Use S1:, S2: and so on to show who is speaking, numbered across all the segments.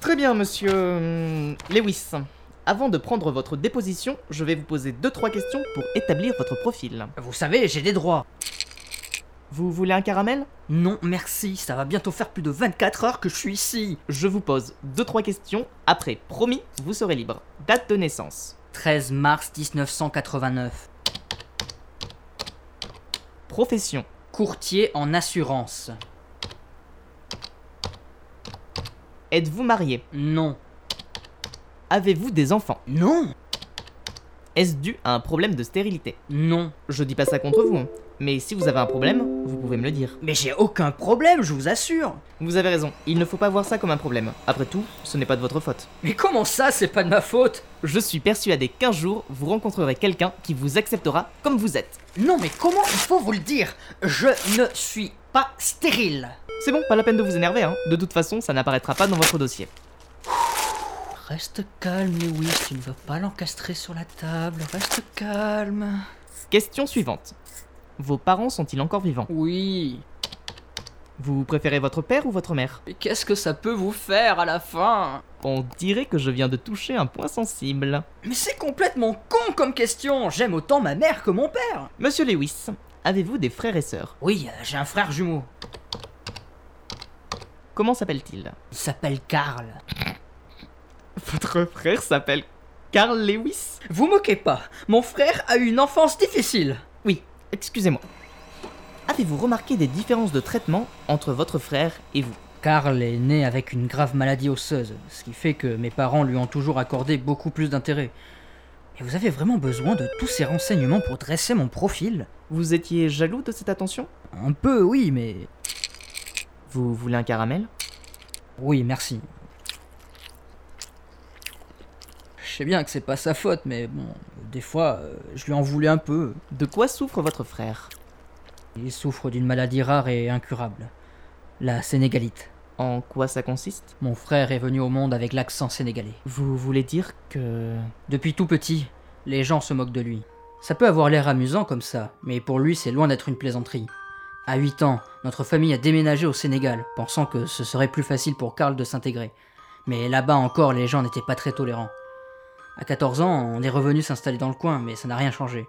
S1: Très bien, monsieur euh, Lewis. Avant de prendre votre déposition, je vais vous poser deux trois questions pour établir votre profil.
S2: Vous savez, j'ai des droits.
S1: Vous voulez un caramel
S2: Non, merci, ça va bientôt faire plus de 24 heures que je suis ici.
S1: Je vous pose deux trois questions. Après, promis, vous serez libre. Date de naissance.
S2: 13 mars 1989.
S1: Profession.
S2: Courtier en assurance.
S1: Êtes-vous marié
S2: Non.
S1: Avez-vous des enfants
S2: Non
S1: Est-ce dû à un problème de stérilité
S2: Non.
S1: Je dis pas ça contre vous, hein, mais si vous avez un problème, vous pouvez me le dire.
S2: Mais j'ai aucun problème, je vous assure.
S1: Vous avez raison, il ne faut pas voir ça comme un problème. Après tout, ce n'est pas de votre faute.
S2: Mais comment ça, c'est pas de ma faute
S1: Je suis persuadé qu'un jour, vous rencontrerez quelqu'un qui vous acceptera comme vous êtes.
S2: Non, mais comment il faut vous le dire Je ne suis pas stérile.
S1: C'est bon, pas la peine de vous énerver, hein. de toute façon, ça n'apparaîtra pas dans votre dossier.
S2: Reste calme, Lewis, tu ne vas pas l'encastrer sur la table. Reste calme.
S1: Question suivante. Vos parents sont-ils encore vivants
S2: Oui.
S1: Vous préférez votre père ou votre mère
S2: Mais qu'est-ce que ça peut vous faire à la fin
S1: On dirait que je viens de toucher un point sensible.
S2: Mais c'est complètement con comme question. J'aime autant ma mère que mon père.
S1: Monsieur Lewis, avez-vous des frères et sœurs
S2: Oui, euh, j'ai un frère jumeau.
S1: Comment s'appelle-t-il
S2: Il s'appelle Karl.
S1: Votre frère s'appelle Carl Lewis
S2: Vous moquez pas. Mon frère a eu une enfance difficile.
S1: Oui, excusez-moi. Avez-vous remarqué des différences de traitement entre votre frère et vous
S2: Karl est né avec une grave maladie osseuse, ce qui fait que mes parents lui ont toujours accordé beaucoup plus d'intérêt. Et vous avez vraiment besoin de tous ces renseignements pour dresser mon profil
S1: Vous étiez jaloux de cette attention
S2: Un peu, oui, mais...
S1: Vous voulez un caramel
S2: Oui, merci. Je sais bien que c'est pas sa faute, mais bon, des fois, euh, je lui en voulais un peu.
S1: De quoi souffre votre frère
S2: Il souffre d'une maladie rare et incurable. La sénégalite.
S1: En quoi ça consiste
S2: Mon frère est venu au monde avec l'accent sénégalais.
S1: Vous voulez dire que...
S2: Depuis tout petit, les gens se moquent de lui. Ça peut avoir l'air amusant comme ça, mais pour lui c'est loin d'être une plaisanterie. À 8 ans, notre famille a déménagé au Sénégal, pensant que ce serait plus facile pour Karl de s'intégrer. Mais là-bas encore, les gens n'étaient pas très tolérants. À 14 ans, on est revenu s'installer dans le coin, mais ça n'a rien changé.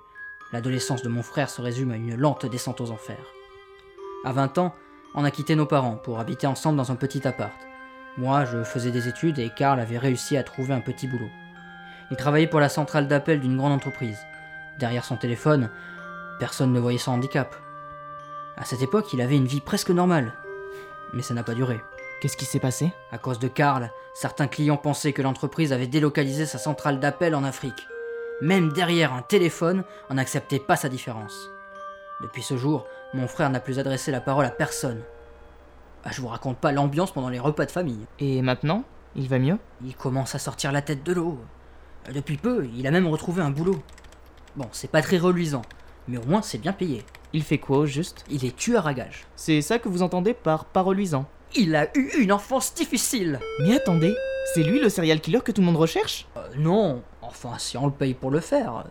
S2: L'adolescence de mon frère se résume à une lente descente aux enfers. À 20 ans, on a quitté nos parents pour habiter ensemble dans un petit appart. Moi, je faisais des études et Karl avait réussi à trouver un petit boulot. Il travaillait pour la centrale d'appel d'une grande entreprise. Derrière son téléphone, personne ne voyait son handicap. À cette époque, il avait une vie presque normale. Mais ça n'a pas duré.
S1: Qu'est-ce qui s'est passé
S2: À cause de Karl, certains clients pensaient que l'entreprise avait délocalisé sa centrale d'appel en Afrique. Même derrière un téléphone, on n'acceptait pas sa différence. Depuis ce jour, mon frère n'a plus adressé la parole à personne. Ah, je vous raconte pas l'ambiance pendant les repas de famille.
S1: Et maintenant Il va mieux
S2: Il commence à sortir la tête de l'eau. Depuis peu, il a même retrouvé un boulot. Bon, c'est pas très reluisant, mais au moins c'est bien payé.
S1: Il fait quoi au juste
S2: Il est tueur à gages.
S1: C'est ça que vous entendez par pas reluisant.
S2: Il a eu une enfance difficile.
S1: Mais attendez, c'est lui le serial killer que tout le monde recherche
S2: Euh, non, enfin si on le paye pour le faire.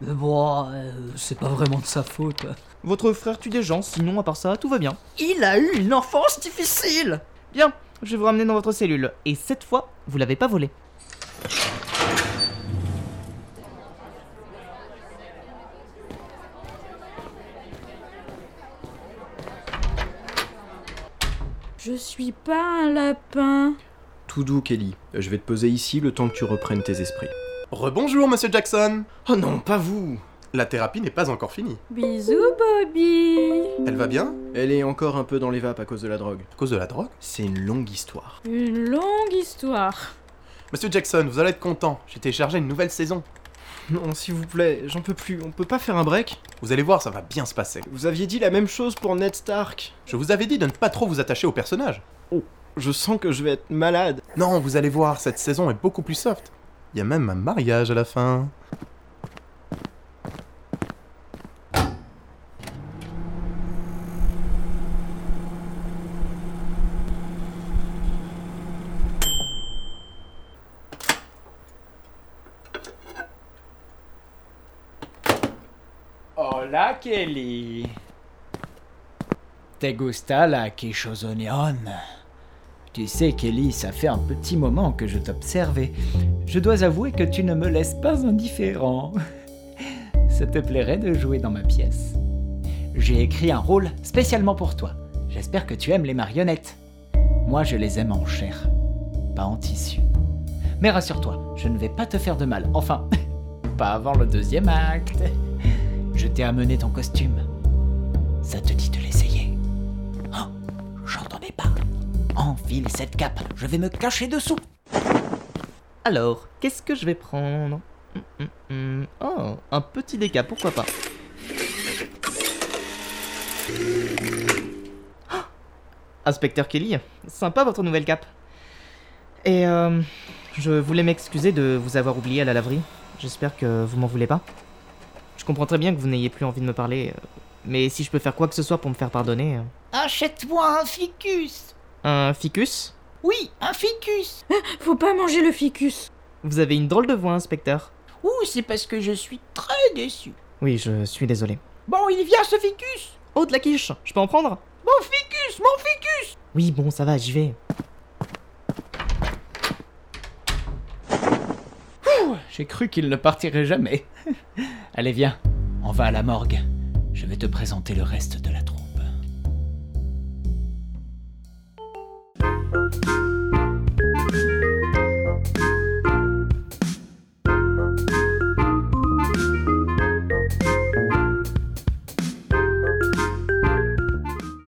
S2: Mais bon, euh, c'est pas vraiment de sa faute.
S1: Votre frère tue des gens, sinon à part ça, tout va bien.
S2: Il a eu une enfance difficile
S1: Bien, je vais vous ramener dans votre cellule, et cette fois, vous l'avez pas volé.
S3: Je suis pas un lapin.
S4: Tout doux, Kelly. Je vais te poser ici le temps que tu reprennes tes esprits.
S5: Rebonjour, monsieur Jackson Oh non, pas vous La thérapie n'est pas encore finie.
S3: Bisous, Bobby.
S5: Elle va bien
S4: Elle est encore un peu dans les vapes à cause de la drogue.
S5: À cause de la drogue
S4: C'est une longue histoire.
S3: Une longue histoire.
S5: Monsieur Jackson, vous allez être content, j'ai téléchargé une nouvelle saison.
S4: Non, s'il vous plaît, j'en peux plus. On peut pas faire un break
S5: Vous allez voir, ça va bien se passer.
S4: Vous aviez dit la même chose pour Ned Stark.
S5: Je vous avais dit de ne pas trop vous attacher au personnage.
S4: Je sens que je vais être malade.
S5: Non, vous allez voir, cette saison est beaucoup plus soft. Il y a même un mariage à la fin.
S6: Hola Kelly. ¿Te gusta la quichosonion? Tu sais, Kelly, ça fait un petit moment que je t'observe et je dois avouer que tu ne me laisses pas indifférent. ça te plairait de jouer dans ma pièce J'ai écrit un rôle spécialement pour toi. J'espère que tu aimes les marionnettes. Moi, je les aime en chair, pas en tissu. Mais rassure-toi, je ne vais pas te faire de mal. Enfin, pas avant le deuxième acte. Je t'ai amené ton costume. Ça te dit de l'essayer Oh, j'entendais pas. Enfile cette cape, je vais me cacher dessous.
S1: Alors, qu'est-ce que je vais prendre Hum, hum, hum. Oh, un petit dégât, pourquoi pas Ah Inspecteur Kelly, sympa votre nouvelle cape. Et euh, je voulais m'excuser de vous avoir oublié à la laverie. J'espère que vous m'en voulez pas. Je comprends très bien que vous n'ayez plus envie de me parler, euh, mais si je peux faire quoi que ce soit pour me faire pardonner. euh,
S7: Achète-moi un ficus
S1: Un ficus
S7: Oui, un ficus
S3: Faut pas manger le ficus.
S1: Vous avez une drôle de voix, inspecteur.
S7: Ouh, c'est parce que je suis très déçu.
S1: Oui, je suis désolé.
S7: Bon, il vient ce ficus
S1: Oh, de la quiche Je peux en prendre
S7: Mon ficus, mon ficus
S1: Oui, bon, ça va, j'y vais.
S6: J'ai cru qu'il ne partirait jamais. Allez, viens, on va à la morgue. Je vais te présenter le reste de la